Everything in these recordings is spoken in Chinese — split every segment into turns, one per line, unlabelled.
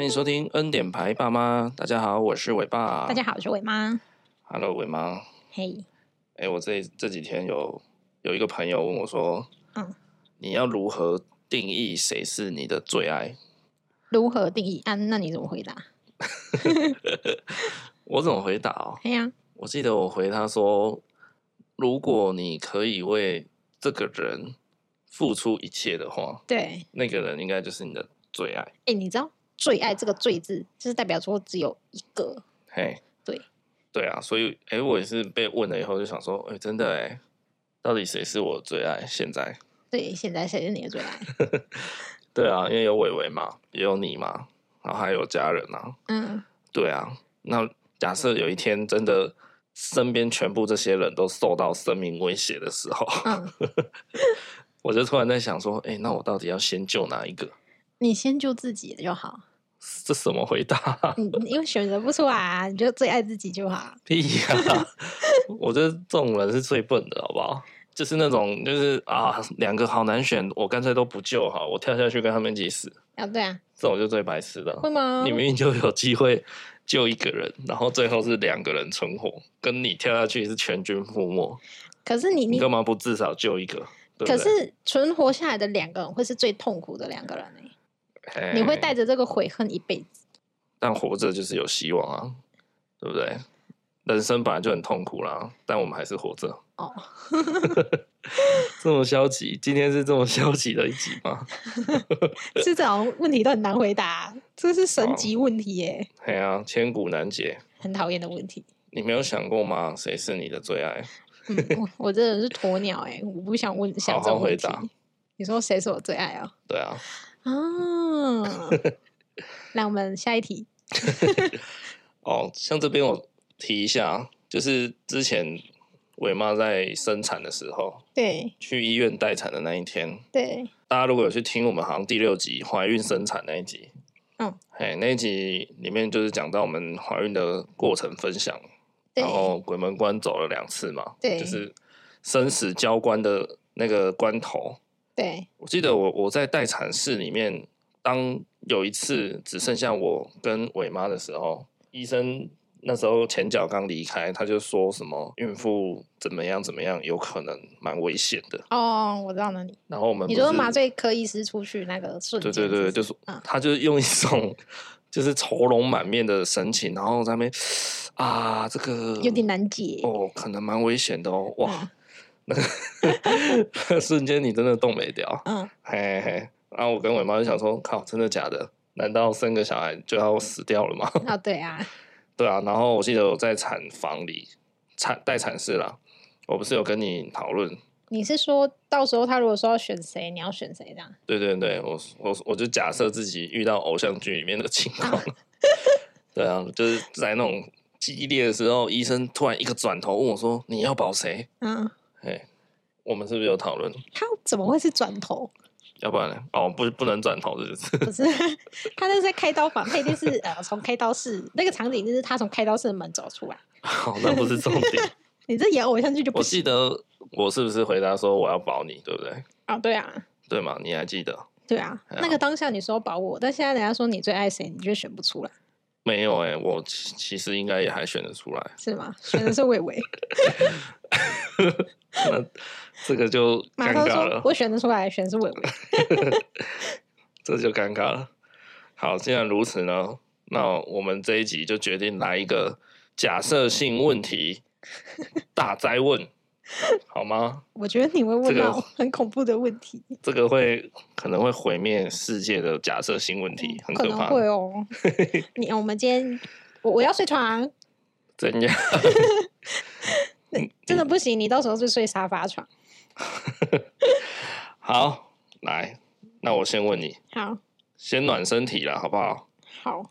迎收听《恩典牌爸妈》，大家好，我是伟爸。
大家好，我是伟妈。
，Hello，伟妈。
嘿，
哎、我这这几天有有一个朋友问我说，
嗯，
你要如何定义谁是你的最爱？
如何定义啊？那你怎么回答？
我怎么回答哦？
哎呀，
我记得我回他说，如果你可以为这个人付出一切的话，
对，
那个人应该就是你的最爱。
哎，你知道“最爱”这个“最”字，就是代表说只有一个。
嘿，
对，
对啊，所以哎、诶我也是被问了以后就想说，哎、真的哎、到底谁是我最爱？现在
对，现在谁是你的最爱？
对啊，因为有伟伟嘛，也有你嘛，然后还有家人啊，
嗯，
对啊。那假设有一天真的身边全部这些人都受到生命威胁的时候，
嗯
我就突然在想说，哎、那我到底要先救哪一个？
你先救自己就好，
这什么回答？
你因为选择不出来、啊，你就最爱自己就好。
屁呀、 我觉得这种人是最笨的，好不好？就是那种，就是啊，两个好难选，我干脆都不救好，我跳下去跟他们一起死，
啊，对啊，
这种就最白痴的。
会吗？
你明明就有机会救一个人，然后最后是两个人存活，跟你跳下去是全军覆没，
可是你
你
你，
干嘛不至少救一个？对不
可
对
是存活下来的两个人会是最痛苦的两个人、欸、你会，带
嘿
着这个悔恨一辈子。
哎但活着就是有希望啊，对不对？人生本来就很痛苦啦，但我们还是活着。
哦，
这么消极，今天是这么消极的一集吗？
这种问题都很难回答、啊这是神级问题耶、
哎呀、千古难解。
很讨厌的问题。
你没有想过吗？谁是你的最爱？
嗯， 我我真的是鸵鸟哎、我不想问想这
好
种
回
问题。
答
你说谁是我最爱啊？
对啊，
啊，那我们下一题。
哦，像这边我提一下，啊就是之前伟妈在生产的时候，
对
去医院待产的那一天，
对，
大家如果有去听我们好像第六集怀孕生产那一集，
嗯，
哎，那一集里面就是讲到我们怀孕的过程分享，
对
然后鬼门关走了两次嘛，
对
就是生死交关的那个关头。
对
我记得我我在待产室里面，当有一次只剩下我跟伟妈的时候，医生那时候前脚刚离开，他就说什么孕妇怎么样怎么样，有可能蛮危险的。
哦，我知道那里。
然后我们
你
不
说
是
麻醉科医师出去那个瞬
对
间，
对对，就是是
嗯
他就是用一种就是愁容满面的神情，然后在那边啊，这个
有点难嗯解。
哦，可能蛮危险的哦，哇， 那个瞬间你真的动没掉，
嗯，
嘿嘿嘿。然后我跟我妈就想说，靠，真的假的？难道生个小孩就要死掉了吗？
啊对啊，
对啊，然后我记得我在产房里产待产室啦，我不是有跟你讨论。
你是说到时候他如果说要选谁，你要选谁这样？
对对对，我我我就假设自己遇到偶像剧里面的情况， 对啊，就是在那种激烈的时候，医生突然一个转头问我说：“你要保谁
嗯，？”
哎，我们是不是有讨论？
他怎么会是转头？要
要不然呢？哦，不不能转头，这就是
不是， 他那是在开刀房，他一定是呃从开刀室那个场景，就是他从开刀室的门走出来。
好，那不是重点。
你这演偶像剧就 不
我
行
记得我是不是回答说我要保你，对不对？
啊、对啊，
对嘛？你还记得？
对啊，
哎呀
那个当下你说保我，但现在人家说你最爱谁，你就选不出来，
没有哎、我其其实应该也还选得出来。
是吗？选的是伟 伟，
那这个就
马
尴
上
尬
说
了，
我选得出来，选的是 伟伟。
这就尴尬了。好，既然如此呢，那我们这一集就决定来一个假设性问题大灾问，好吗？
我觉得你会问
这个
到很恐怖的问题，
这个会可能会毁灭世界的假设性问题，很
可
可
能
怕。
会哦。你我们今天我我要睡床，
怎样？
真的不行，你到时候就睡沙发床。
好，来，那我先问你，
好，
先暖身体啦，好不好？
好，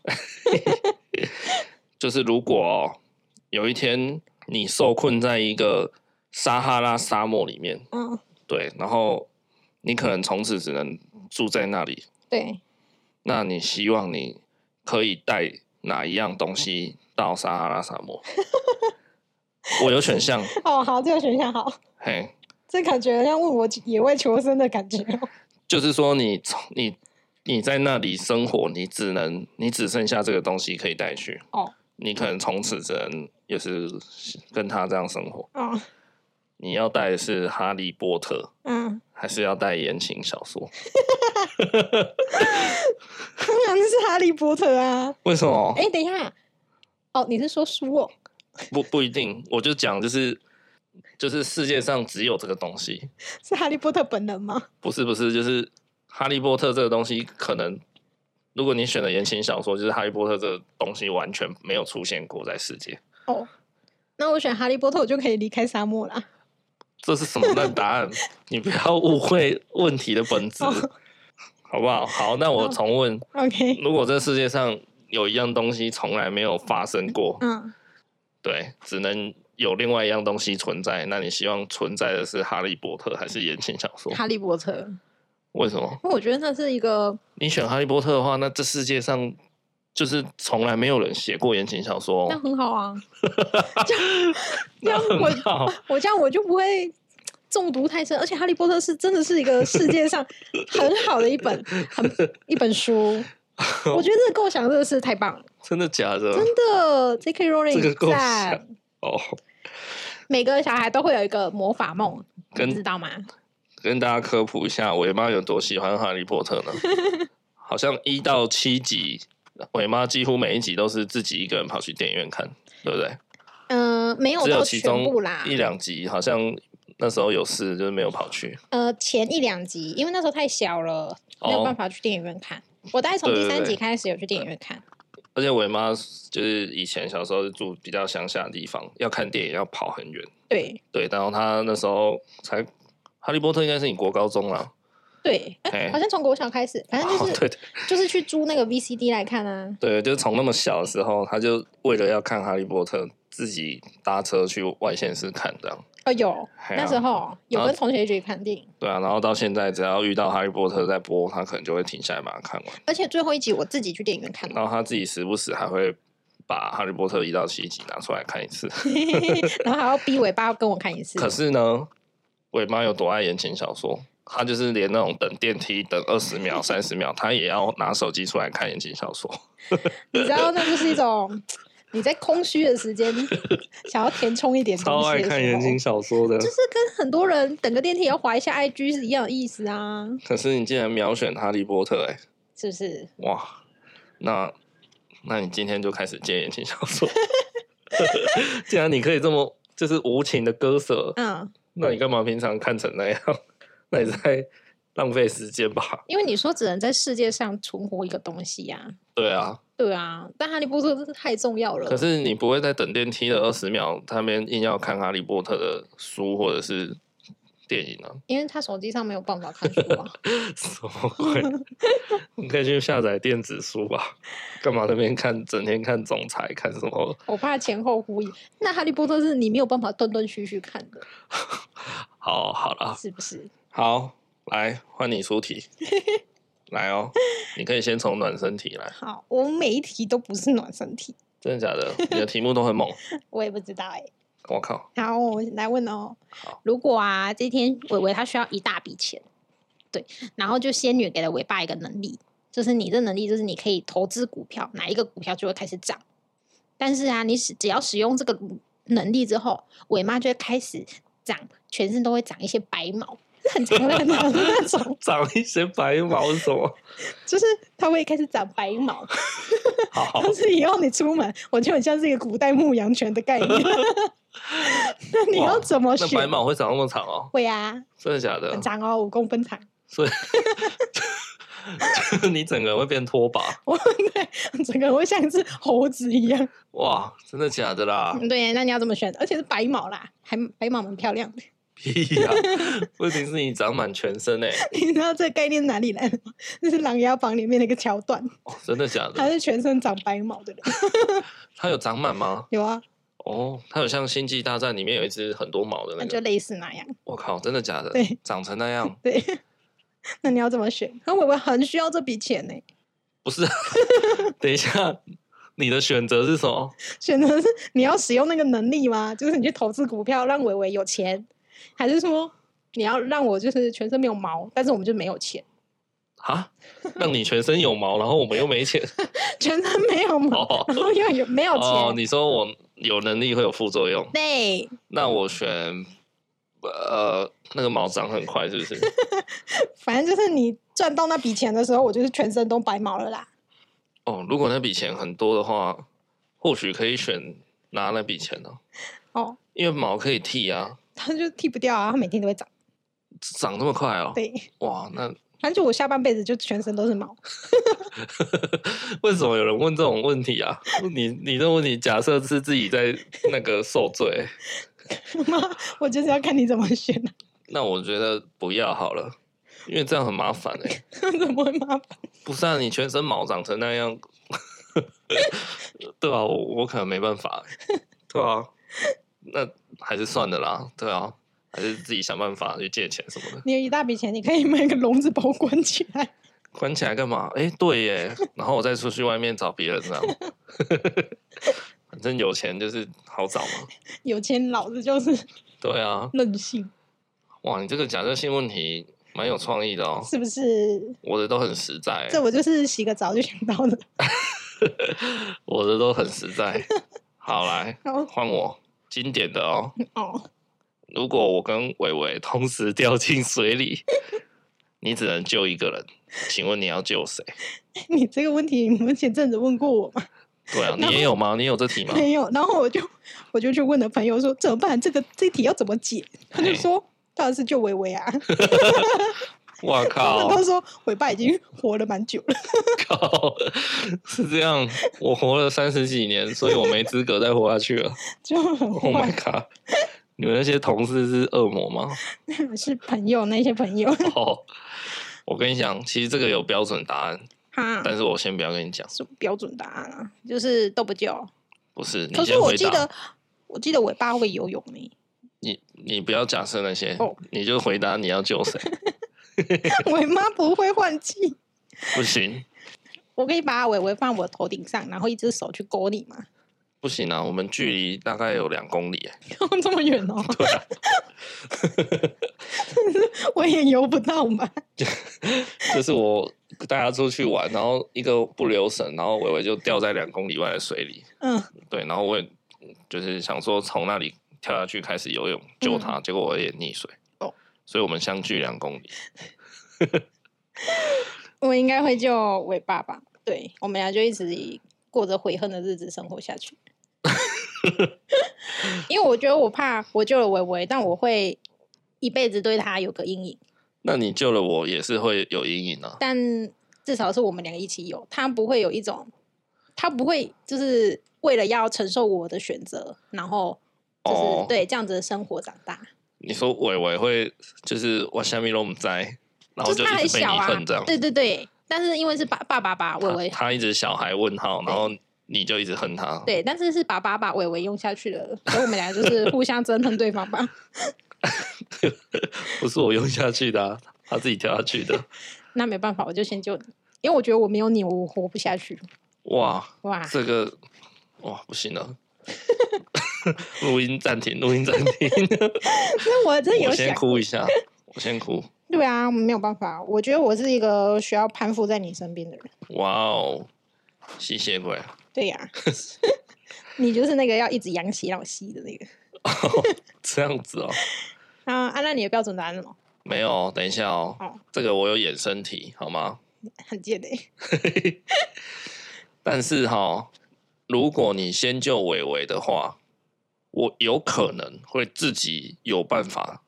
就是如果哦、有一天你受困在一个撒哈拉沙漠里面，
嗯，
对，然后你可能从此只能住在那里，
对，
那你希望你可以带哪一样东西到撒哈拉沙漠？我有选项，
哦，好，这个选项好，
嘿，
这感觉像问我野外求生的感觉哦。
就是说你从你你在那里生活，你只能你只剩下这个东西可以带去，
哦
你可能从此只能也是跟他这样生活。
哦，
你要带的是《哈利波特》，
嗯，
还是要带言情小说？
当然是哈利波特啊！
为什么？
哎、等一下，哦，你是说书哦？
不不一定，我就讲就是就是世界上只有这个东西，
是哈利波特本人吗？
不是不是，就是《哈利波特》这个东西，可能如果你选了言情小说，就是《哈利波特》这个东西完全没有出现过在世界。
哦，那我选哈利波特，我就可以离开沙漠啦。
这是什么烂答 案？你不要误会问题的本质，
哦
好不好？好，那我重问：
OK，
如果这世界上有一样东西从来没有发生过，
嗯，
对，只能有另外一样东西存在，那你希望存在的是《哈利波特》还是言情小说？
哈利波特，
为什么？
因为我觉得那是一个
你选《哈利波特》的话，那这世界上就是从来没有人写过言情小说、
那
哦，
很 好啊，就
那
要我
很好。
我这样我就不会中毒太深，而且《哈利波特》是真的是一个世界上很好的一本很一本书，我觉得这个构想真的是 太棒了，
真的假的？
真的
嗯
，J.K.
这个
Rowling
构想
赞，
哦，
每个小孩都会有一个魔法梦，
跟
你知道吗？
跟大家科普一下，伟妈有多喜欢《哈利波特》呢？ 好像一到七集，伟妈几乎每一集都是自己一个人跑去电影院看，对不对？
嗯、没有
只有
到
其
全
中
部啦，
一两集好像那时候有事，就是没有跑去。
呃，前一两集，因为那时候太小了，没有
哦
办法去电影院看。我大概从第
对对
三集
对
开始有去电影院看，
而且伟妈就是以前小时候是住比较乡下的地方，要看电影要跑很远。
对
对，然后她那时候才《哈利波特》应该是你国高中啦。
对，哎、
哎
好像从国小开始，反正就
哦
是、
对对
就是去租那个 VCD 来看啊。
对，就是从那么小的时候，她就为了要看《哈利波特》，自己搭车去外县市看这样。
哦，有
嘿啊
那时候有
然后
跟同学一起去看电影，
对啊，然后到现在，只要遇到《哈利波特》在播，他可能就会停下来把它看完。
而且最后一集我自己去电影院看的，
然后他自己时不时还会把《哈利波特》一到七集拿出来看一次。
然后还要逼尾巴跟我看一次。
可是呢，尾妈有多爱言情小说，她就是连那种等电梯等二十秒、三十秒，她也要拿手机出来看言情小说。
你知道，那就是一种你在空虚的时间想要填充一点东西的时候，
小说的
就是跟很多人等个电梯也要滑一下 IG 是一样的意思啊，
可是你竟然秒选《哈利波特、欸》
是不是？
哇！那那你今天就开始接言情小说？既然你可以这么就是无情的割舍，
嗯。
那你干嘛平常看成那样？ 那你在浪费时间吧？
因为你说只能在世界上存活一个东西呀、
对啊，
对啊，但哈利波特真是太重要了。
可是你不会在等电梯的二十秒，他们硬要看《哈利波特》的书或者是电影啊？
因为他手机上没有办法看书啊，
什么鬼？ 你可以去下载电子书吧？干嘛那边看整天看总裁看什么？
我怕前后呼应。那哈利波特是你没有办法断断续续看的，
好，好了，
是不是？
好，来换你出题，来哦，你可以先从暖身题来，
好，我每一题都不是暖身题，
真的假的？你的题目都很猛，
我也不知道哎、
我靠，
好，我来问哦
好。
如果啊，今天伟伟他需要一大笔钱，对，然后就仙女给了伟爸一个能力，就是你这能力就是你可以投资股票，哪一个股票就会开始涨。但是啊，你使只要使用这个能力之后，伟妈就会开始长，全身都会长一些白毛，很长的很长的那种，
长一些白毛是什么？
就是它会开始长白毛。
好。
但是以后你出门，我觉得很像是一个古代牧羊犬的 概念。那你要
哇
怎么
那
选？
白毛会长那么长哦？
会啊，
真的假的
很？长哦，五公分长，
所以就是你整个人会变拖把？
我对整个人会像一只猴子一样。
哇，真的假的 啦？
对，那你要怎么选？而且是白毛啦，还白毛蛮漂亮的。
屁呀、问题是你长满全身哎、
你知道这个概念哪里来的吗？ 这是《琅琊榜》里面的一个桥段，
哦，真的假
他
的？
是全身长白毛 的人。
它有长满吗？
有啊，
哦，它有像《星际大战》里面有一只很多毛的那
那就
个。
类似那样。
我靠，真的假的
对？
长成那样？
对， 那你要怎么选？那我们很需要这笔钱呢、
不是啊、 等一下，你的选择是什么？
选择是你要使用那个能力吗？就是你去投资股票，让伟伟有钱，还是说你要让我就是全身没有毛，但是我们就没有钱？
哈，让你全身有毛，然后我们又没钱。
全身没有毛
哦，
然后又有没有钱，
哦，你说我有能力会有副作用，
对，
那我选呃那个毛长很快，是不是？
反正就是你赚到那笔钱的时候，我就是全身都白毛了啦。
哦，如果那笔钱很多的话，或许可以选拿那笔钱哦，
哦，
因为毛可以剃啊，
他就剃不掉啊，他每天都会长。
长这么快哦，
对，
哇，那
反正就我下半辈子就全身都是毛。
为什么有人问这种问题啊？ 你你这问题假设是自己在那个受罪，
我就是要看你怎么选、啊，
那我觉得不要好了，因为这样很麻烦哎、
怎么会麻烦？
不是啊，你全身毛长成那样， 对啊，我我可能没办法欸、对啊，那还是算了啦，对啊，还是自己想办法去借钱什么的，
你有一大笔钱，你可以买个笼子把我关起来。
关起来干嘛？哎、对 耶，然后我再出去外面找别人这样，反正有钱就是好找嘛，
有钱老子就是
对啊，
任性，
哇，你这个假设性问题蛮有创意的哦，
是不是？
我的都很实在欸，
这我就是洗个澡就想到的。
我的都很实在，好来
好
换我经典的哦。
哦，
如果我跟伟伟同时掉进水 里，你只能救一个人，请问你要救谁？
你这个问题你们前阵子问过我吗？
对啊，你也有吗？你有这题吗？
没有，然后我就我就去问了朋友说怎么办？这个这题要怎么解？他就
嘿
说当然是救维维啊，
我
他
靠
们，都说尾巴已经活了蛮久了，
靠，哦是这样，我活了三十几年，所以我没资格再活下去了。
就很
Oh my
坏。
god！你们那些同事是恶魔吗？
是朋友那些朋友
哦，我跟你讲，其实这个有标准答案，
哈，
但是我先不要跟你讲，
什么标准答案啊？就是都不救。
不是。你
可是
先
我
回
记
答
得，我记得尾巴会游泳呢，
你你不要假设那些
哦，
你就回答你要救谁。
尾妈不会换气。
不行，
我可以把尾尾放我头顶上，然后一只手去勾你嘛，
不行啊，我们距离大概有两公里欸耶，
这么远哦、对、
啊
我也游不到嘛。
就是我大家出去玩，然后一个不留神，然后伟伟就掉在两公里外的水里，
嗯，
对，然后我也就是想说从那里跳下去开始游泳救他，结果我也溺水，
嗯哦，
所以我们相距两公里，
我应该会救尾巴吧？对，我们俩就一直过着悔恨的日子生活 下去。因为我觉得我怕我救了维维，但我会一辈子对他有个阴影。
那你救了我也是会有阴影啊，
但至少是我们两个一起有，他不会有一种，他不会就是为了要承受我的选择，然后就是、
哦
对这样子的生活长大。
你说伟伟会就是我下面都不在，然后
是他
一
很
直被
小
你
啊
恨这样，，
对对对。但是因为是爸爸爸把伟
他
伟，
他一直小孩问号，
对
然后你就一直恨他，
对，但是是爸爸把伟伟用下去了，所以我们俩就是互相憎恨对方吧。
不是我用下去的、啊，他自己跳下去的。
那没办法，我就先救你，因为我觉得我没有你，我活不下去。
哇，
哇，
这个哇不行了， 录音暂停，录音暂停，
那我 真有
我
想
先，哭一下，我先哭。
对啊，没有办法，我觉得我是一个需要攀附在你身边的人。
哇哦，吸血鬼，
对 呀、你就是那个要一直扬起让我吸的那个。
这样子哦，
啊，按、啊、照你的标准答案是什么？
没有哦，等一下哦，
哦，
这个我有衍生题，好吗？
很贱的、欸。
但是哈、如果你先救伟伟的话，我有可能会自己有办法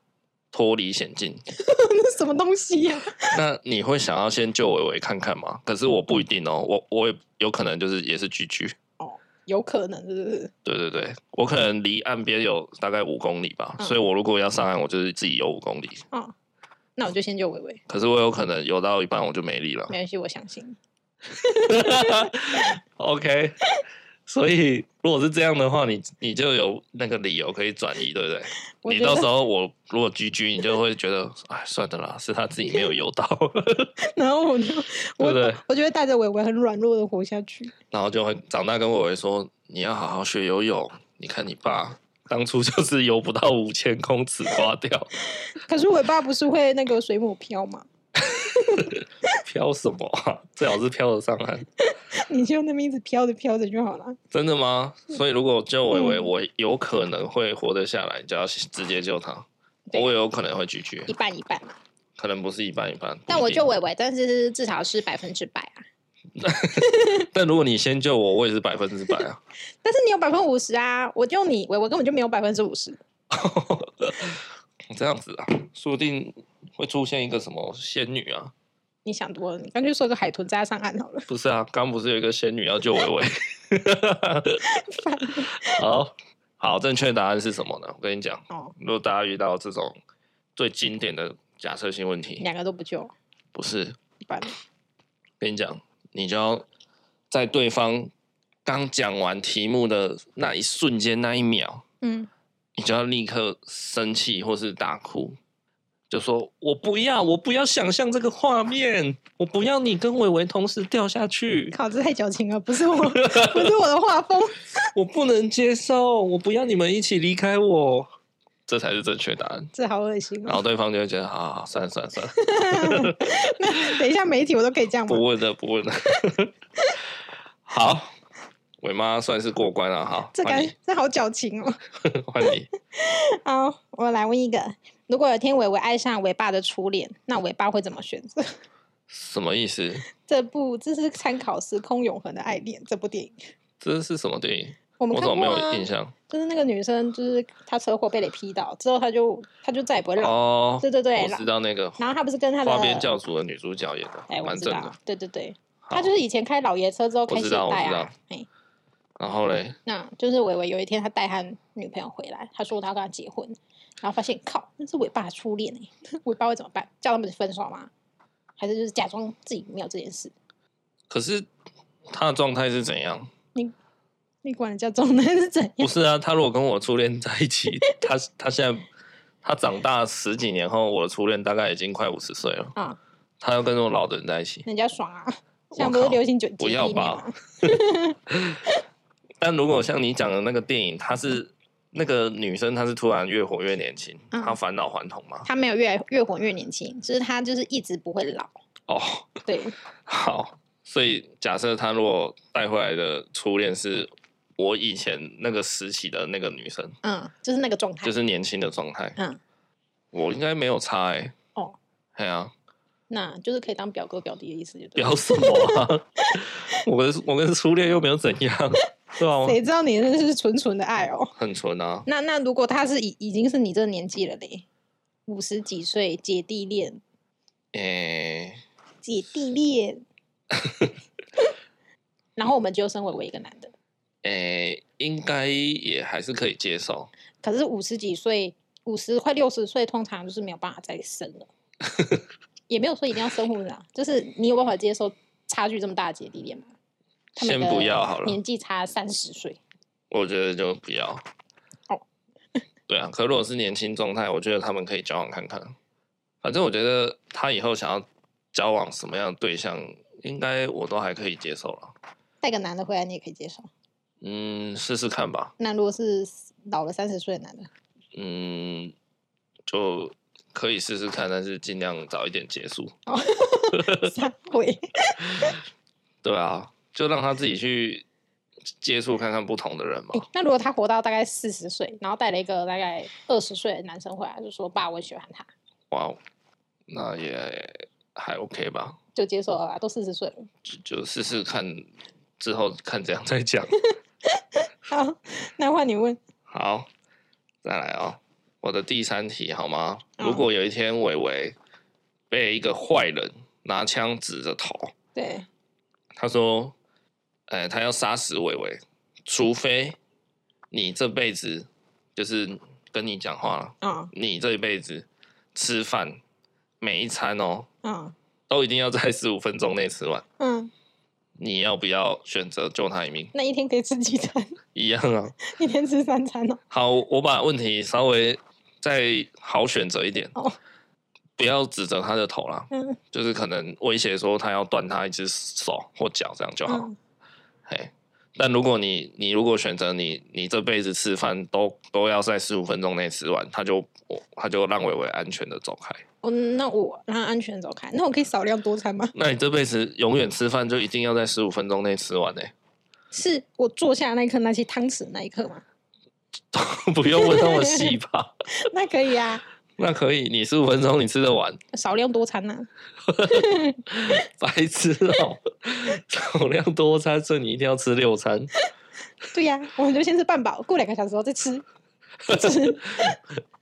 脱离险境。
那什么东西呀、
那你会想要先救伟伟看看吗？可是我不一定哦，我我也有可能就是也是 GG。
有可能是不是？
对对对，我可能离岸边有大概五公里吧，
嗯
所以我如果要上岸，我就是自己游五公里。
哦，那我就先救伟伟，
可是我有可能游到一半我就没力了。
没关系，我相信你。
OK，所以如果是这样的话，你你就有那个理由可以转移，对不对？
我
你
觉
到时
得，
候我如果 GG，你就会觉得，哎，算的啦，是他自己没有游到，
然后我就，
对
我
不对？
我就会带着伟伟很软弱的活下去。
然后就会长大跟我会说，你要好好学游泳。你看你爸当初就是游不到五千公尺挂掉，
可是尾巴不是会那个水母漂吗？
飘什么、啊？最好是飘得上岸。
你就那么一直飘着飘着就好了。
真的吗？所以如果救伟伟，
嗯
我有可能会活得下来，就要直接救他。
对
我有可能会拒绝
一，半一半嘛，
可能不是一半一半。
但
不
我
一定啊
救伟，伟，但是至少是百分之百啊。
但如果你先救我，我也是百分之百 啊。
但是你有百分五十啊，我救你，伟伟根本就没有百分之五十。
这样子啊，说不定会出现一个什么仙女啊？
你想多了，你干脆说个海豚在上岸好了。
不是啊，刚不是有一个仙女要救伟 伟？好好，正确答案是什么呢？我跟你讲，
哦，
如果大家遇到这种最经典的假设性问题，
两个都不救，
不是
一半。
跟你讲，你就要在对方刚讲完题目的那一瞬间、那一秒，
嗯，
你就要立刻生气或是大哭，就说：“我不要，我不要想象这个画面，我不要你跟伟伟同时掉下去，
靠，这太矫情了，不是我，不是我的画风。
我不能接受，我不要你们一起离开我。”这才是正确答案。
这好恶心
然
哦！
后对方就会觉得：“好好好，算了算了算了，
那 等一下媒体我都可以这样吗
不？问了不问了。” 好，伟妈算是过关了哈，
这
换
感
你
这好矫情哦。
换你，
好，我来问一个：如果有天伟伟爱上伟爸的初恋，那伟爸会怎么选择？
什么意思？
这部这是参考时空永恒的爱恋这部电影，
这是什么电影？
我们
我
看
怎么
过
没
啊
有。印象？
就是那个女生，就是她车祸被雷劈倒之后，她就她就再也不会老。
哦，
对对对
我知道那个
然后她不是跟她的
花边教主的女主角演
哎，
的，
我
蛮
知
正
道
的。，
对对对，
好
她就是以前开老爷车之后开
知
现
道我
代
知
啊。哎，
然后嘞，
那就是伟伟有一天他带他女朋友回来，他说他要跟他结婚，然后发现靠，那是伟爸的初恋哎、 伟爸会怎么办？叫他们分手吗？还是就是假装自己没有这件事？
可是他的状态是怎样？
你管人家状态是怎
不
样？
是啊，他如果跟我初恋在一 起，他他现在他长大十几年后，我的初恋大概已经快五十岁了，
啊，
他要跟这种老的人在一起，
人家爽啊！现在
我
不是
靠
流行酒
不要吧？但如果像你讲的那个电影，他是那个女生，她是突然越活越年轻，
嗯
她返老还童吗？
他没有越来越活越年轻，就是他就是一直不会老。
哦，
对，
好，所以假设他如果带回来的初恋是我以前那个时期的那个女生，
嗯，就是那个状态。
就是年轻的状态，
嗯，
我应该没有差哎、欸。
哦，
哎呀、
那就是可以当表哥表弟的意思，就对了。
聊什么啊？ 我跟我跟初恋又没有怎样，对吧、
谁知道你那是纯纯的爱哦？
很纯啊，
那那如果他是已已经是你这个年纪了嘞，五十几岁姐弟恋，
诶、
姐弟 恋，然后我们就身为唯一一个男的，
诶、应该也还是可以接受。
可是五十几岁，五十快六十岁，通常就是没有办法再生 了，也没有说一定要生活啦，就是你有办法接受差距这么大的姐弟恋吗？他们
先不要好了
年纪差三十岁，
我觉得就不要。
哦，
对啊，可如果是年轻状态，我觉得他们可以交往看看。反正我觉得他以后想要交往什么样的对象，应该我都还可以接受了。
带个男的回来你也可以接受。
嗯，试试看吧。
那如果是老了三十岁的男的，
嗯，就可以试试看，但是尽量早一点结束。
三回，
对啊，就让他自己去接触看看不同的人嘛。
那如果他活到大概四十岁，然后带了一个大概二十岁的男生回来，就说爸，我喜欢他，
哇哦，那也还 OK 吧，
就接受了啦，都四十岁了。
就就试试看，之后看怎样再讲。
好，那换你问，
好，再来哦，我的第三题好吗？
嗯
如果有一天伟伟被一个坏人拿枪指着头，
对，
他说：“哎、他要杀死伟伟，除非你这辈子就是跟你讲话了，
啊、
你这一辈子吃饭每一餐哦，
啊、
都一定要在十五分钟内吃完。
嗯，
你要不要选择救他一命？
那一天可以吃几餐？
一样啊。
一天吃三餐哦。
好，我把问题稍微再好选择一点
哦
不要指责他的头啦，
嗯
就是可能威胁说他要断他一只手或脚这样就好。
嗯，
哎、但如果你你如果选择你你这辈子吃饭都都要在十五分钟内吃完，他就我他就让伟伟安全的走开。
哦，那我让他安全走开，那我可以少量多餐吗？
那你这辈子永远吃饭就一定要在十五分钟内吃完呢、
是我坐下那一刻拿起汤匙那一刻吗？
不用问那么细吧？
那可以啊，
那可以，你十五分钟你吃得完，
少量多餐呐、啊
白痴哦、少量多餐，所以你一定要吃六餐。
对呀、我们就先吃半饱，过两个小时后再吃。吃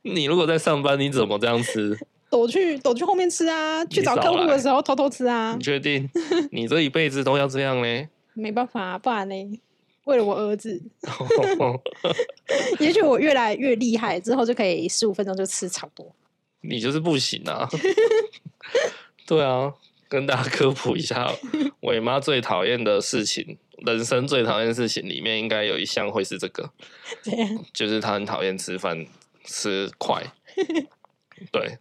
你如果在上班，你怎么这样吃？
躲去躲去后面吃啊，去
你
找
少
客户
来
的时候偷偷吃啊
你，确定你这一辈子都要这样 嘞？
没办法、不然嘞，为了我儿子， 也许我越来越厉害之后就可以十五分钟就吃超多。
你就是不行啊！ 对啊，跟大家科普一下，伟妈最讨厌的事情，人生最讨厌的事情里面应该有一项会是这个，
这样
就是她很讨厌吃饭吃快。对，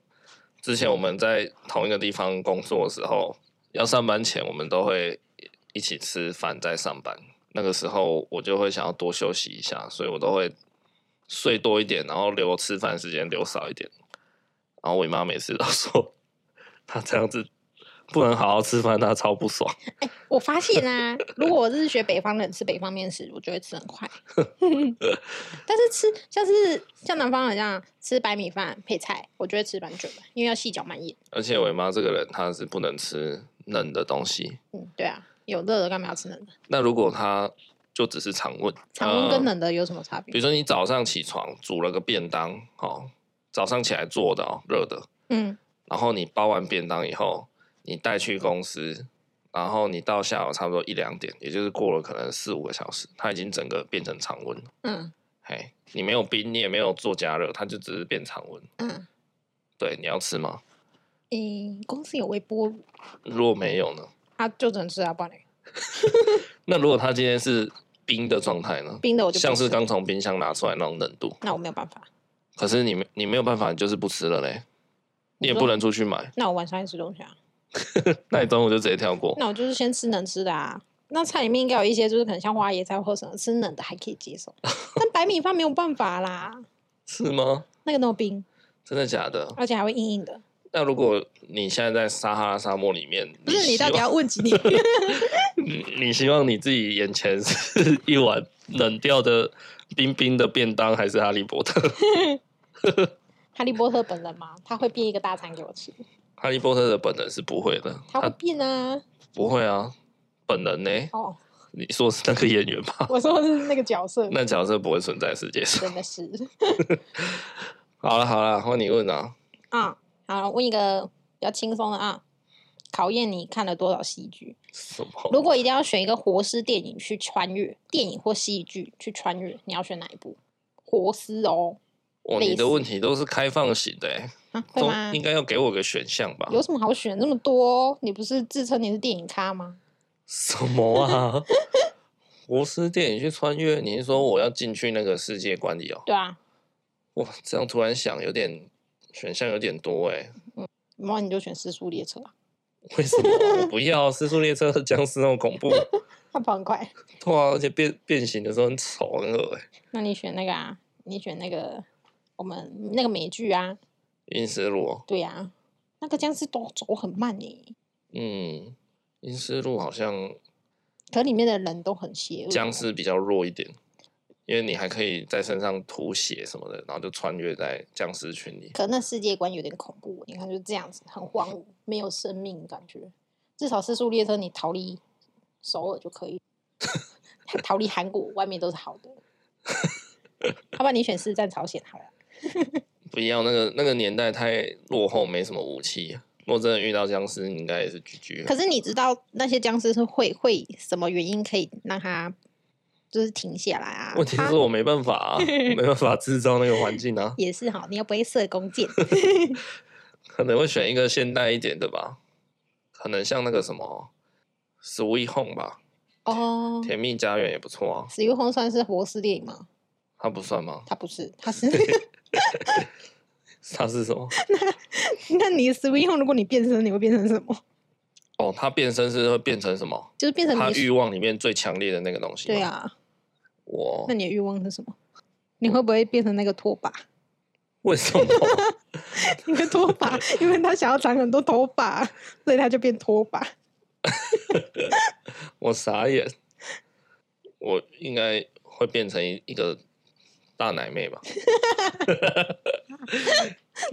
之前我们在同一个地方工作的时候，要上班前我们都会一起吃饭再上班。那个时候我就会想要多休息一下，所以我都会睡多一点，然后留吃饭时间留少一点。然后我妈每次都说，她这样子不能好好吃饭，她超不爽。
我发现啊，如果我这是学北方人吃北方面食，我就会吃很 快。但是吃像是像南方人这样吃白米饭配菜，我就会吃蛮久的，因为要细嚼慢咽。
而且我妈这个人，她是不能吃冷的东西。
嗯，对啊，有热的干嘛要吃冷的？
那如果她就只是常温，
常温
呃
跟冷的有什么差别
比？如说你早上起床煮了个便当，哦，早上起来做的哦，热的，
嗯，
然后你包完便当以后，你带去公司，然后你到下午差不多一两点，也就是过了可能四五个小时，它已经整个变成常温了。
嗯
嘿，你没有冰，你也没有做加热，它就只是变常温。
嗯，
对，你要吃吗？
诶、公司有微波炉，
如果没有呢？
啊，就只能吃啊，不然嘞
那如果它今天是冰的状态呢？
冰的我就不
像是
吃
刚从冰箱拿出来那种冷度，
那我没有办法，
可是你没你没有办法，你就是不吃了嘞，你也
你说
不能出去买，
那我晚上也吃东西啊，
那你中午就直接跳过。
那我就是先吃能吃的啊。那菜里面应该有一些就是可能像花椰菜或什么，吃冷的还可以 接受，但白米饭没有办法啦，
是吗？
那个那么冰，
真的假的？
而且还会硬硬的。
那如果你现在在撒哈拉沙漠里面，
不是你
希
到底要
望
问几年？
你希望你自己眼前是一碗冷掉的冰冰的便当，还是哈利波 特？
哈利波特本人吗？他会变一个大餐给我吃，
哈利波特的本人是不会的，
他会
他
变啊。
不会啊。本人呢？
哦，
你说是那个演员吧？
我说的是那个角 色，
那角色不会存在世界上。
真的是
好了好了，换你问啊。
啊。好，问一个比较轻松的啊，考验你看了多少戏剧。
什
如
么？
果一定要选一个活尸电影去穿越，电影或戏剧去穿越，你要选哪一部？活尸哦，
哇，
类
你的
似
问题都是开放型的、欸，
啊，会
都
吗
应？该要给我个选项吧？
有什么好选那么多？你不是自称你是电影咖吗？
什么啊？ 活尸电影去穿越？你是说我要进去那个世界观里哦？
对啊，
哇，这样突然想，有点选项有点多哎、
那你就选《失速列车》啊，
为什么？啊我不要《失速列车》和僵尸那么恐怖，
它跑很快。
对啊，而且变变形的时候很丑很恶哎、
那你选那个啊？你选那个我们那个美剧啊？
阴尸路哦，
对啊，那个僵尸都走很慢欸呢、
嗯，阴尸路好像
可里面的人都很邪恶。
僵尸比较弱一点，因为你还可以在身上涂血什么的，然后就穿越在僵尸群里。
可那世界观有点恐怖，你看就这样子，很荒芜，没有生命感觉。至少《失速列车》你逃离首尔就可以， 逃离韩国，外面都是好的。要不然你选四战朝鲜好了。
不一样，那个那个年代太落后，没什么武器。若真的遇到僵尸，你应该也是 GG
可
了。
是你知道那些僵尸是会会什么原因可以让它就是停下来啊？
问题
它
是我没办法、啊，我没办法制造那个环境啊，
也是哈，你又不会射 弓箭，
可能会选一个现代一点的吧，可能像那个什么《Sweet Home》吧，
哦。
《甜蜜家园》也不错啊，
死于红算是活尸电影吗？
它不算吗？
它不是，它是。
它是什么？
那你 s w e e 如果你变身，你会变成什么？
哦，他变身是会变成什么？
就是变成
他
你
欲望里面最强烈的那个东西。
对，啊，
我
那你的欲望是什么？你会不会变成那个拖 把？
为什么？
因为拖把， 因为他想要长很多头发，所以他就变拖把。
我傻眼，我应该会变成一一个大奶妹吧？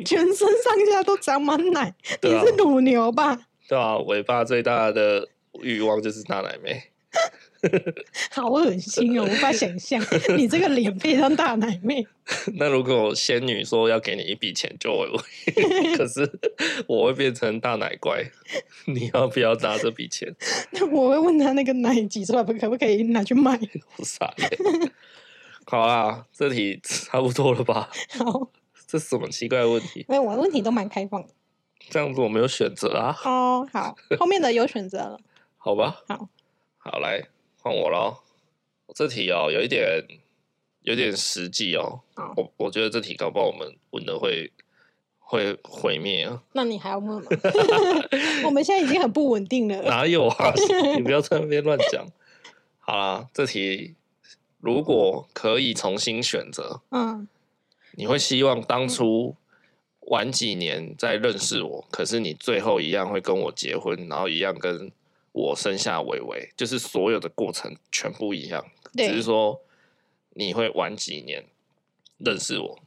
全身上下都长满奶，你
对啊
是乳牛吧？
对啊，尾巴最大的欲望就是大奶妹。
好恶心哦，无法想 象你这个脸配上大奶妹，
那如果仙女说要给你一笔钱救我， 可是我会变成大奶怪， 你要不要拿这笔钱？
那我会问他那个奶挤出来不可不可以拿去卖？
我傻眼。好啦，这题差不多了吧？
好，
这什么奇怪的问题？
没有，我的问题都蛮开 放的。
这样子我没有选择啊，
哦，好，后面的有选择了。
好吧？
好，
好来换我喽。这题哦，有一点有点实际哦
好。
我我觉得这题搞不好我们问的会会毁灭啊。
那你还要问吗？ 我们现在已经很不稳定 了。
哪有啊？你不要在那边乱讲。好啦，这题如果可以重新选择，
嗯，
你会希望当初晚几年再认识我，可是你最后一样会跟我结婚，然后一样跟我生下伟伟，就是所有的过程全部一样，只
对
是说你会晚几年认识我，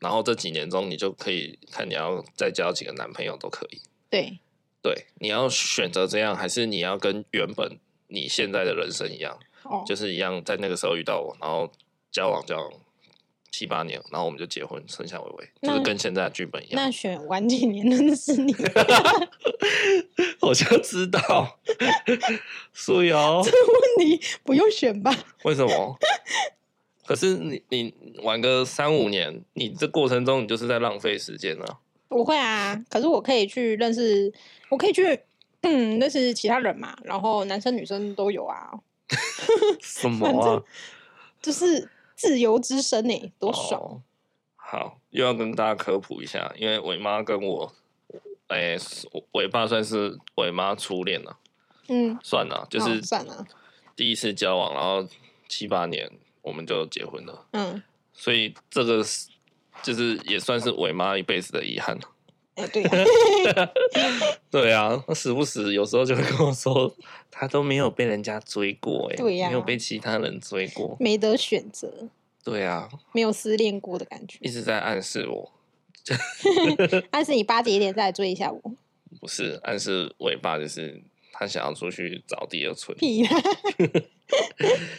然后这几年中你就可以看你要再交几个男朋友都可以。
对，
对，你要选择这样，还是你要跟原本你现在的人生一样，
哦，
就是一样在那个时候遇到我，然后交往交往七八年，然后我们就结婚生下微微，就是
那
跟现在的剧本一
那
样。
选晚几年认识你，这问
我就知道， 苏瑶
题不用选吧？
为什么？ 可是你你玩个三五年，你这过程中你就是在浪费时间 啊。
不会啊，可是我可以去认识，我可以去。嗯，认识其他人嘛，然后男生女生都有啊，
什么啊？
就是自由之身呢、多爽！
哦好，又要跟大家科普一下，因为伟妈跟我，哎、我伟爸算是伟妈初恋了、
嗯，
算了，就
哦
是
算了，
第一次交往，然后七八年我们就结婚了，
嗯，
所以这个是就是也算是伟妈一辈子的遗憾。
哎、对呀、
对啊，那时不时有时候就会跟我说，他都没有被人家追过、哎，
对呀
没有被其他人追过，
没得选择，
对啊，
没有失恋过的感觉。
一直在暗示我，
但是你巴结一点再来追一下我，
不是暗示伟爸，就是他想要出去找第二春。
屁啦！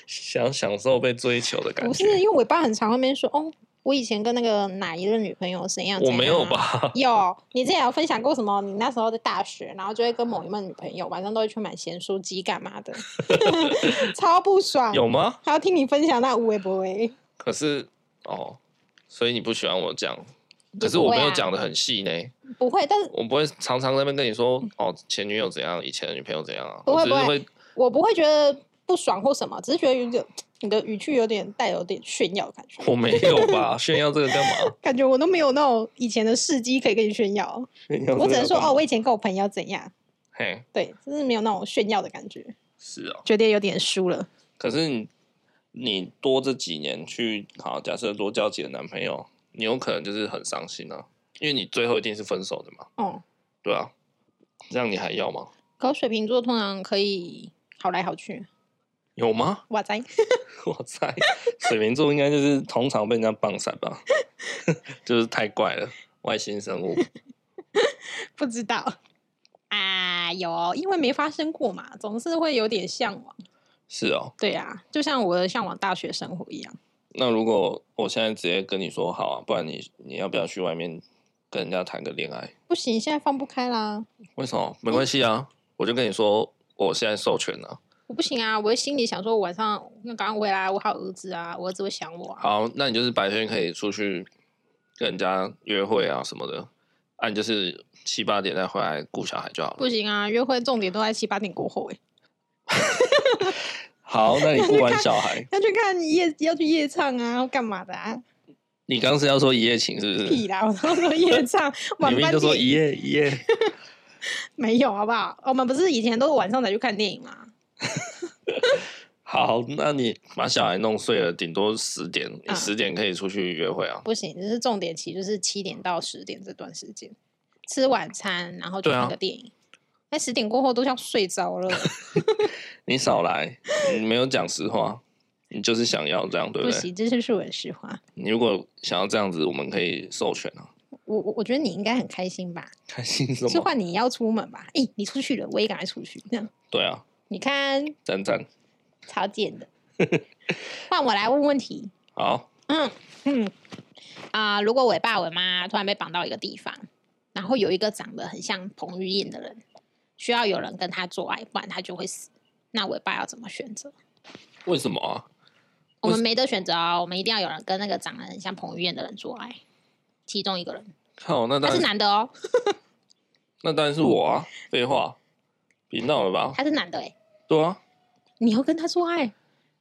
想享受被追求的感
不是
觉。
因为我爸很常后面说，哦，我以前跟那个哪一任女朋友怎样？
我
怎
没
样
有
啊？
吧？
有，你之前有分享过什么？你那时候在大学，然后就会跟某一任女朋友晚上都会去买咸酥鸡干 嘛的， 超不爽。
有吗？
还要听你分享那无微欸不微，
可是哦，所以你不喜欢我讲，可
也
是
不
我
会
没有
啊
讲的很细呢。
不会，但是
我不会常常在那边跟你说哦，前女友怎样，以前的女朋友怎样啊。
嗯不会
我只是
不
会
我不会觉得不爽或什么，只是觉得有点你的语气有点带有点炫耀的感觉，
我没有吧？ 炫耀这个干嘛？
感觉我都没有那种以前的事迹可以跟你炫耀，
炫耀
我
这
只
个
能说
干嘛
哦，我以前跟我朋友怎样，
嘿，
对，就是没有那种炫耀的感觉，
是哦。
觉得有点输了。
可是你你多这几年去，好，假设多交几个男朋友，你有可能就是很伤心啊，因为你最后一定是分手的嘛，
哦、
对啊。这样你还要吗？
可水瓶座通常可以好来好去，
有吗？
哇塞，
我猜水瓶座应该就是通常被人家棒散吧， 就是太怪了，外星生物。
不知道啊，有，因为没发生过嘛，总是会有点向往。
是哦，
对啊，就像我的向往大学生活一样。
那如果我现在直接跟你说好啊，不然你你要不要去外面跟人家谈个恋爱？
不行，现在放不开啦，
为什么？没关系啊，我就跟你说，我现在授权了。
我不行啊，我会心里想说，晚上那赶快回来，我还有儿子啊，我儿子会想我啊。
好，那你就是白天可以出去跟人家约会啊什么的，啊，你就是七八点再回来顾小孩就好了。
不行啊，约会重点都在七八点过后哎、
好，那你顾完小 孩，
要去看夜要去夜唱啊，要干嘛的啊？
你刚是要说一夜情是不是？
屁啦，我都说夜唱，
你
晚
明明
班
就说
夜
一夜一夜。
没有好不好？哦我们不是以前都是晚上才去看电影吗？
好，那你把小孩弄睡了，顶多十点，你
嗯
十点可以出去约会啊。
不行，就是重点期就是七点到十点这段时间，吃晚餐，然后去
对啊
看个电影。那十点过后都像睡 着了，
你少来，你没有讲实话，你就是想要这样，对
不
对？
行，这就是我的实话。
你如果想要这样子，我们可以授权啊。
我我我觉得你应该很开心吧？
开心什
是
么？
换你要出门吧？哎、你出去了，我也赶快出去。这样，
对啊，
你看
赞赞。
超贱 的。换我来问问题。
好，
嗯嗯啊、如果我爸我妈突然被绑到一个地方，然后有一个长得很像彭于晏的人，需要有人跟他做爱，不然他就会死。那我爸要怎么选择？
为什么啊？
我
为
们没得选择哦，我们一定要有人跟那个长得很像彭于晏的人做爱，其中一个人，
靠，那
他
当
是
然，
男的哦，
那当然是我啊！废话，别闹了吧？
他是男的哎，
对啊，
你要跟他做爱，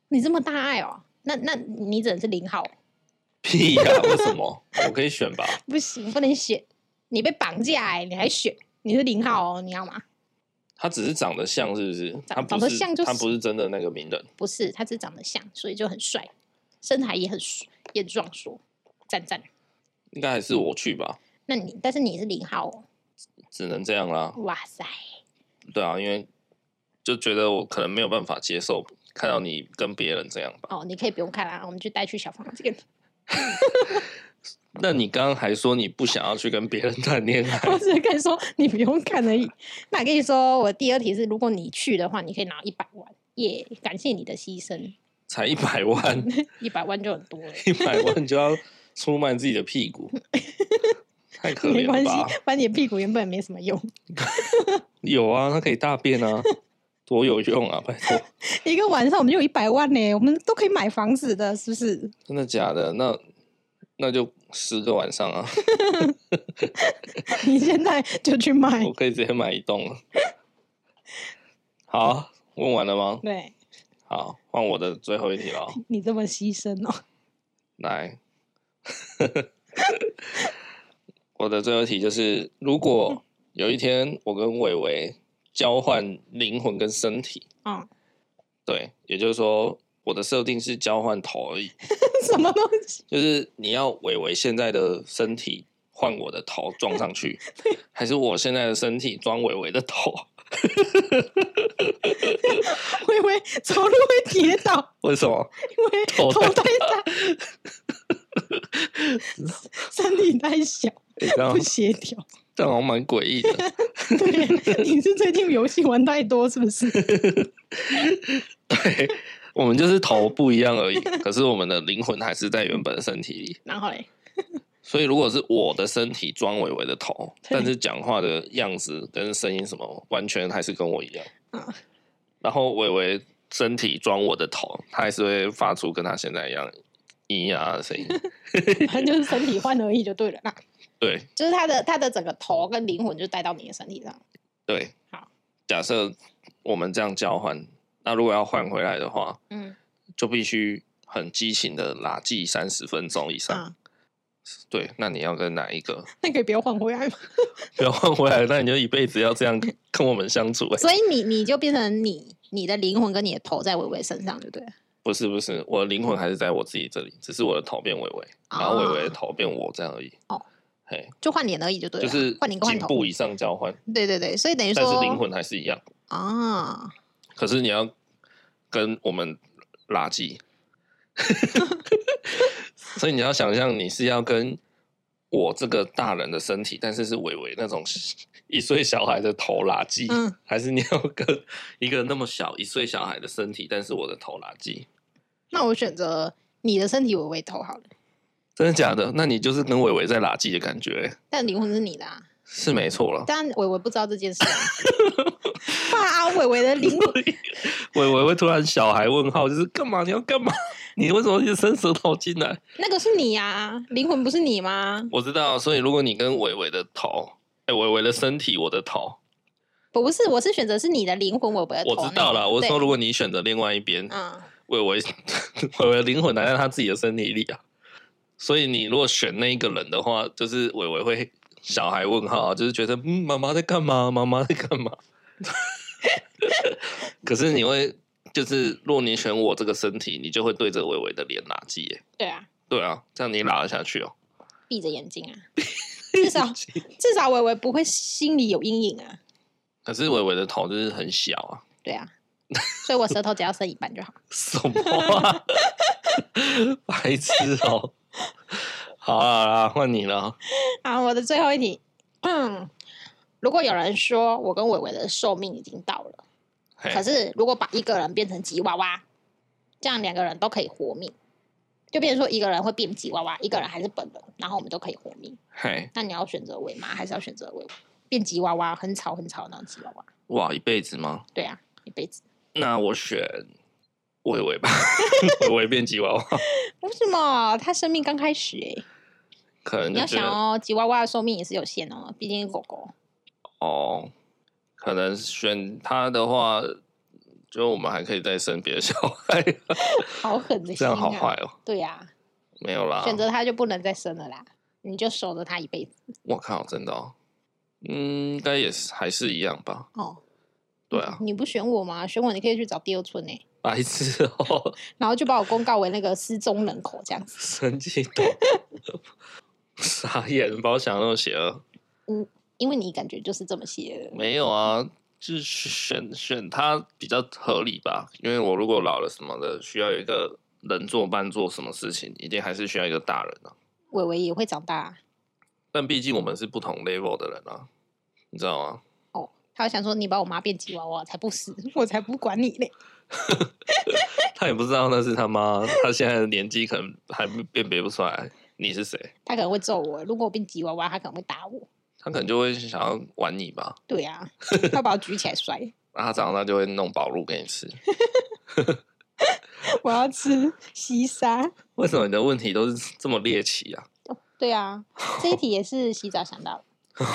你这么大爱哦，那那你只能是零号，哦
屁呀、为什么？我可以选吧？
不行，不能选，你被绑架哎，你还选，你是零号哦，你要吗？
他只是长得像，是不是？他不
长
是
得像就是
他不是真的那个名人。
不是，他只是长得像，所以就很帅，身材也很帅也很壮硕，赞赞。
应该还是我去吧，
那你但是你是零号哦，
只能这样啦。
哇塞，
对啊，因为就觉得我可能没有办法接受看到你跟别人这样吧。
哦，你可以不用看啦，我们就带去小房间。
那你刚刚还说你不想要去跟别人谈恋爱，
我只是跟你说你不用看而已。那跟你说，我第二题是，如果你去的话，你可以拿一百万，耶、感谢你的牺牲，
才一百万，
一百万就很多了。
一百万就要出卖自己的屁股，太可
没
怜
关
了
系
吧？，
反正你的屁股原本也没什么用，
有啊，它可以大便啊，多有用啊！拜托，
一个晚上我们就有一百万呢、我们都可以买房子的，是不是？
真的假的？那那就十个晚上啊，
你现在就去买
我，可以直接买一栋了。 好，问完了吗？
对
好，换我的最后一题了哦。
你这么牺牲哦、
来， 我的最后一题就是：如果有一天我跟伟伟交换灵魂跟身体，
嗯，
对，也就是说我的设定是交换头而已，
什么东西？
就是你要伟伟现在的身体换我的头装上去，还是我现在的身体装伟伟的头？
我以为走路会跌倒，
为什么？
因为
头
头
太
太大， 身体太小，
欸、这样
不协调。
这样好像蛮诡异的。
对，你是最近游戏玩太多是不是？
对，我们就是头不一样而已，可是我们的灵魂还是在原本的身体里。
然后嘞，
所以如果是我的身体装伟伟的头，
对
但是讲话的样子跟声音什么，完全还是跟我一样。
嗯
然后伟伟身体装我的头，他还是会发出跟他现在一样咿呀的声 音。
反正就是身体换而已就对了啦。
对
就是他的他的整个头跟灵魂就带到你的身体上。
对，
好。
假设我们这样交换，那如果要换回来的话，
嗯，
就必须很激情的拉近三十分钟以上。
啊，
对，那你要跟哪一个？
那可以不要换回来吗？
不要换回来，那你就一辈子要这样跟我们相处、欸。
所以你你就变成你你的灵魂跟你的头在微微身上，就对了。
不是不是，我的灵魂还是在我自己这里，只是我的头变伟伟，然后伟伟的头变我这样而已。
哦，
嘿，
啊就换脸而已，就对
就
了。
是
换脸跟换
颈
头。
部以上交换，
对对对，所以等于
但是
说
灵魂还是一样。
啊，
可是你要跟我们垃 圾，所以你要想象你是要跟我这个大人的身体，但是是伟伟那种一岁小孩的头垃圾，
嗯
还是你要跟一个那么小一岁小孩的身体，但是我的头垃圾？
那我选择你的身体微微头好了，
真的假的？那你就是跟伟伟在垃圾的感觉欸、
但灵魂是你的啊。
是没错了。
但伟伟不知道这 件事、啊，怕啊伟伟的灵魂
伟伟会突然小孩问号，就是干嘛？你要干嘛？ 你为什么一直伸舌头进来？
那个是你呀、啊，灵魂不是你吗？
我知道，啊所以如果你跟伟伟的头，哎、伟伟的身体，我的头，
不是，我是选择是你的灵魂，伟伟的头
我知道
那
了。
个
我
对
说，如果你选择另外一边，
嗯，
伟伟伟伟的灵魂还在他自己的身体里啊，所以你如果选那一个人的话，就是伟伟会小孩问号，就是觉得嗯，妈妈在干嘛？妈妈在干嘛？ 可是你会，就是若你选我这个身体，你就会对着伟伟的脸拉鸡耶。
对啊，
对啊，这样你拉得下去哦。
闭着眼睛啊，至少至少伟伟不会心里有阴影啊。
可是伟伟的头就是很小啊，
对啊，所以我舌头只要伸一半就好。
什么、啊？ 白痴哦、好啊，好啦换你了。
好，我的最后一题，嗯，如果有人说我跟伟伟的寿命已经到了，
嘿
可是如果把一个人变成吉娃娃，这样两个人都可以活命，就变成说一个人会变吉娃娃，一个人还是本人，然后我们都可以活命。
嘿，
那你要选择伟吗？还是要选择伟？变吉娃娃，很吵很吵那种吉娃娃。
哇，一辈子吗？
对啊，一辈子。
那我选伟 伟吧，伟伟变吉娃娃，
为什么他生命刚开始哎、
可能
你
就
要
觉
想
得
哦，吉娃娃的寿命也是有限哦，毕竟是狗狗。
哦，可能选他的话，就我们还可以再生别的小孩，
好狠的心、啊，
这样好坏啊哦。
对呀、
没有啦，
选择它就不能再生了啦，你就守着它一辈子
我靠，真的哦，嗯，应该也是还是一样吧。
哦。
对啊，
你不选我吗？选我你可以去找第二春哎、
白痴哦、
然后就把我公告为那个失踪人口这样子。
神经抖，傻眼，把我想得那么邪恶。
因为你感觉就是这么些，
没有啊，就是选选他比较合理吧，因为我如果老了什么的，需要有一个人作伴做什么事情，一定还是需要一个大人啊。
伟伟也会长大、啊、
但毕竟我们是不同 level 的人啊，你知道吗？
哦。他会想说：“你把我妈变吉娃娃，才不死，我才不管你嘞。
他也不知道那是他妈，他现在的年纪可能还辨别不出来你是谁，”
他可能会揍我，如果我变吉娃娃，他可能会打我。
他可能就会想要玩你吧。
对 啊，他把我举起来摔。
那他长大就会弄宝路给你吃。
我要吃西沙。
为什么你的问题都是这么猎奇 啊？
对啊，这一题也是洗澡想到的。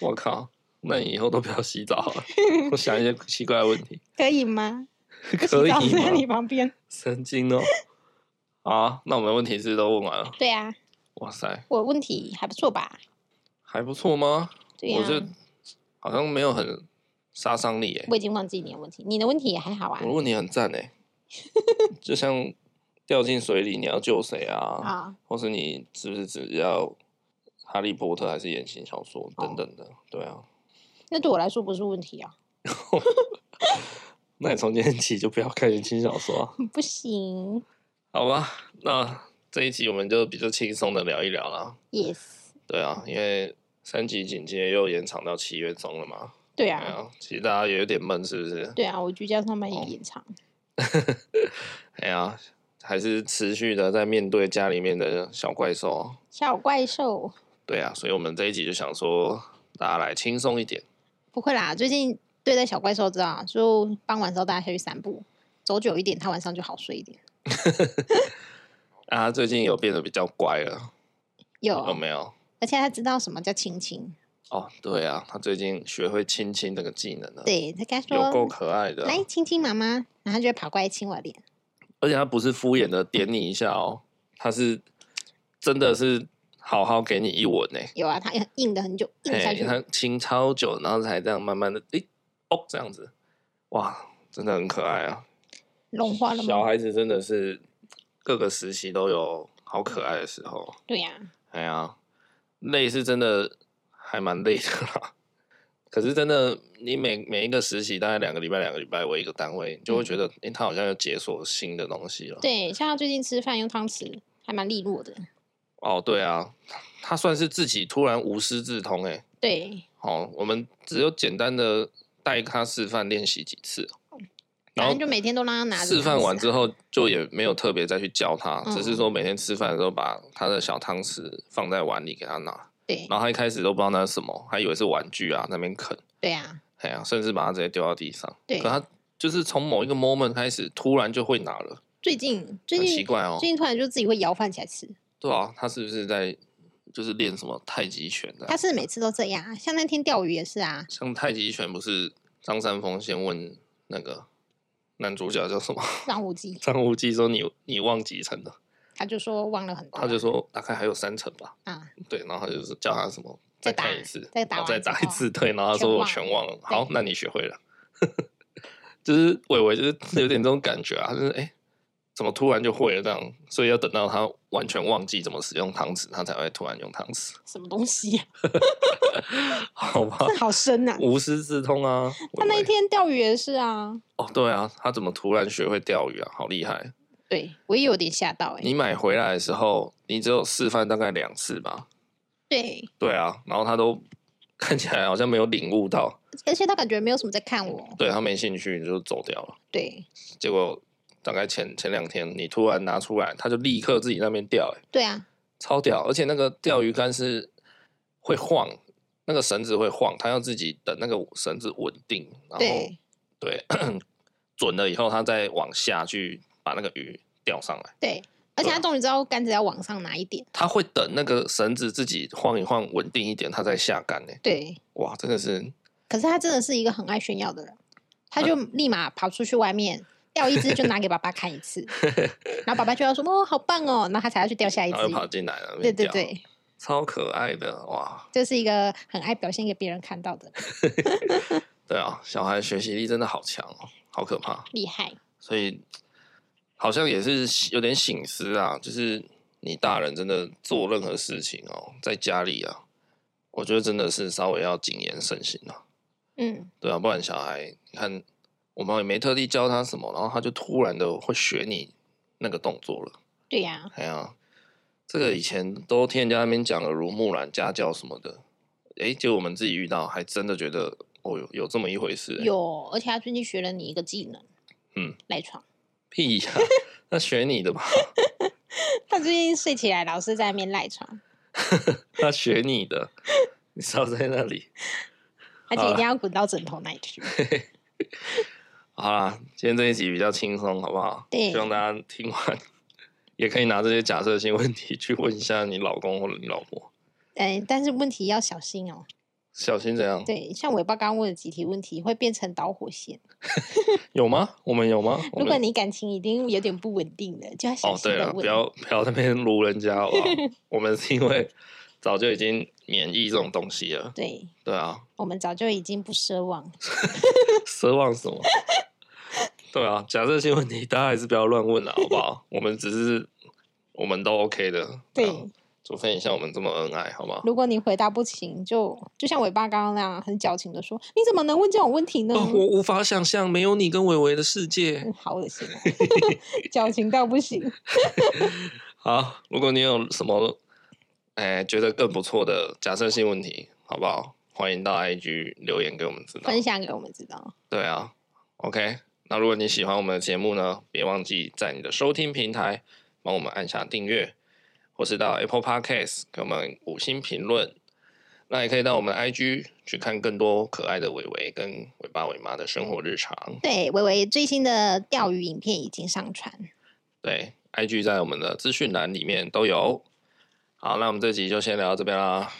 我靠，那你以后都不要洗澡 了。我想一些奇怪的问题，
可以吗？
可以
洗澡在你
吗？
旁边。
神经哦！好啊，那我们的问题是都问完了。
对啊，
哇塞，
我问题还不错吧？
还不错吗？
对啊
我，觉得好像没有很杀伤力诶、
我已经忘记你的问题，你的问题也还好啊
我。的问题很赞 诶、就像掉进水里你要救谁啊？
啊，
或是你是不是只要哈利波特还是言情小说等等的？对啊，
那对我来说不是问题啊，
那你从今天起就不要看言情小说、啊。
不行。
好吧，那这一集我们就比较轻松的聊一聊啦。
Yes，
对啊，因为三级警戒又延长到七月中了嘛。
对
对
啊，
啊，哦其实大家也有点闷，是不是？
对啊，我居家上班也延长。
哎呀，还是持续的在面对家里面的小怪兽哦。
小怪兽
对啊，所以我们这一集就想说，大家来轻松一点。
不会啦，最近对待小怪兽知道，啊就傍晚时候大家下去散步，走久一点，它晚上就好睡一点。
啊，他最近有变得比较乖了，
有，啊
有哦没有？
而且它知道什么叫亲亲，
哦，对啊，他最近学会亲亲这个技能了，
对，它该
有够
说
可爱的。啊
来亲亲妈妈，然后它就会跑过来亲我脸。
而且他不是敷衍的点你一下哦，他是真的是好好给你一吻呢、
有啊，它硬的很久，硬下
哎、
去。
他亲超久，然后才这样慢慢的，诶、哦，这样子，哇，真的很可爱啊！
融化了
小
吗？
孩子真的是各个时期都有好可爱的时候，
对呀、
哎呀，累是真的还蛮累的啦。可是真的，你每每一个实习大概两个礼拜、两个礼拜为一个单位，你
嗯
就会觉得，哎、他好像又解锁新的东西了。
对，像他最近吃饭用汤匙，还蛮利落的。
哦，对啊，他他算是自己突然无师自通哎、欸。
对，
哦，我们只有简单的带他示范练习几次，啊然
哦反
后
正就每天都让他拿着、啊
示范完之，后就也没有特别再去教他，
嗯
只是说每天吃饭的时候把他的小汤匙放在碗里给他拿，
对
然后他一开始都不知道那是什么，还以为是玩具啊，在那边啃，
对啊，
哎呀、甚至把它直接丢到地上。
对
可他就是从某一个 moment 开始，突然就会拿了，
最近最
很奇
近、
怪哦
最。近突然就自己会摇饭起来吃，
对啊，他是不是在就是练什么太极拳的啊？
他是每次都这样啊，像那天钓鱼也是啊，
像太极拳不是张三丰先问那个男主角叫什么
让无忌，
张无忌说你你忘几层了？
他就说忘了很多啊，
他就说大概还有三层吧。
啊，
对，然后他就是叫他什么再
打
看一次，
再打
然后
完
再打
之
一
后
次，对，然后他
全
说我
忘
全
了
忘了，
对
好，那你学会了， 就是伟伟就是 有点这种感觉啊，就是哎、诶怎么突然就会了这样，所以要等到他完全忘记怎么使用汤匙，他才会突然用汤匙，
什么 东西、啊？
好吧？
好深啊！
无师自通啊！
他
伟
那一
伟
天钓鱼也是啊，
哦，对啊，他怎么突然学会钓鱼啊？好厉害！
对我也有点吓到哎、
你买回来的时候，你只有示范大概两次吧？
对，
对啊，然后他都 看起来好像没有领悟到，
而且他感觉没有什么在看我，
对他没兴趣就走掉了。
对
结果大概前前两天，你突然拿出来，他就立刻自己那边钓、欸，
对啊，
超屌！而且那个钓鱼竿是会晃，那个绳子会晃，他要自己等那个绳子稳定，然后
对
对 准了以后，他再往下去把那个鱼钓上来。
对，
啊
而且他终于知道杆子要往上拿一点，
他会等那个绳子自己晃一晃，稳定一点，他再下竿呢、欸
对，
哇，真的是
可是他真的是一个很爱炫耀的人，
啊
他就立马跑出去外面。钓一只就拿给爸爸看一 次，然后爸爸就要说：“哦，好棒哦！”然后他才要去钓下一只
然后又。跑进来了，
对对
那边钓，
对，
超可爱的哇！
这是一个很爱表现给别人看到的人，
对啊，小孩学习力真的好强哦，好可怕。
厉害。
所以好像也是有点醒思啊，就是你大人真的做任何事情哦，在家里啊，我觉得真的是稍微要谨言慎行啊，
嗯，
对啊，不然小孩你看我们也没特地教他什么，然后他就突然的会学你那个动作了。
对呀、
哎呀，这个以前都听人家那边讲耳濡目染、家教什么的，哎，结果我们自己遇到，还真的觉得哦，有有这么一回事、诶
有，而且他最近学了你一个技能，
嗯，
赖床。
屁呀、 那学你的吧，
他最近睡起来老是在那边赖床，
那学你的，你少在那里。
而且一定要滚到枕头那里去。
好啦，今天这一集比较轻松，好不好？
对
希望大家听完也可以拿这些假设性问题去问一下你老公或者你老婆，
哎，但是问题要小心哦。
小心怎样？
对，像尾巴刚刚问的几题问题，会变成导火线。
有吗？我们有吗？我
如果
们
你感情已经有点不稳定了，就要小
哦，
心
对了，
的
不
问。
要 不要在那边撸人家好不 好？我们是因为早就已经免疫这种东西了，
对，
对 啊，
我们早就已经不奢望了。
奢望什么？ 对啊，假设性问题大家还是不要乱问了，好不好？我们只是我们都 OK 的，啊
对，
除非你像我们这么恩爱，好不好？
如果你回答不行，就就像尾巴刚刚那样很矫情的说：“你怎么能问这种问题呢？”
哦，我无法想象没有你跟伟伟的世界
嗯。好恶心、哦， 矫情到不行。
好，如果你有什么，哎、觉得更不错的假设性问题，好不好？欢迎到 IG 留言给我们知道。
分享给我们知道。
对啊，OK。那如果你喜欢我们的节目呢，别忘记在你的收听平台帮我们按下订阅，或是到 Apple Podcast 给我们五星评论。那也可以到我们的 IG 去看更多可爱的伟伟跟尾巴尾妈的生活日常。
对，维维最新的钓鱼影片已经上传。
对，IG 在我们的资讯栏里面都有。好，那我们这集就先聊到这边啦，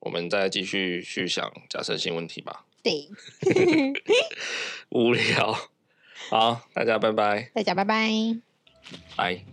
我们再继续去想假设性问题吧。
对，
无聊，好，大家拜拜，
大家拜拜。
拜。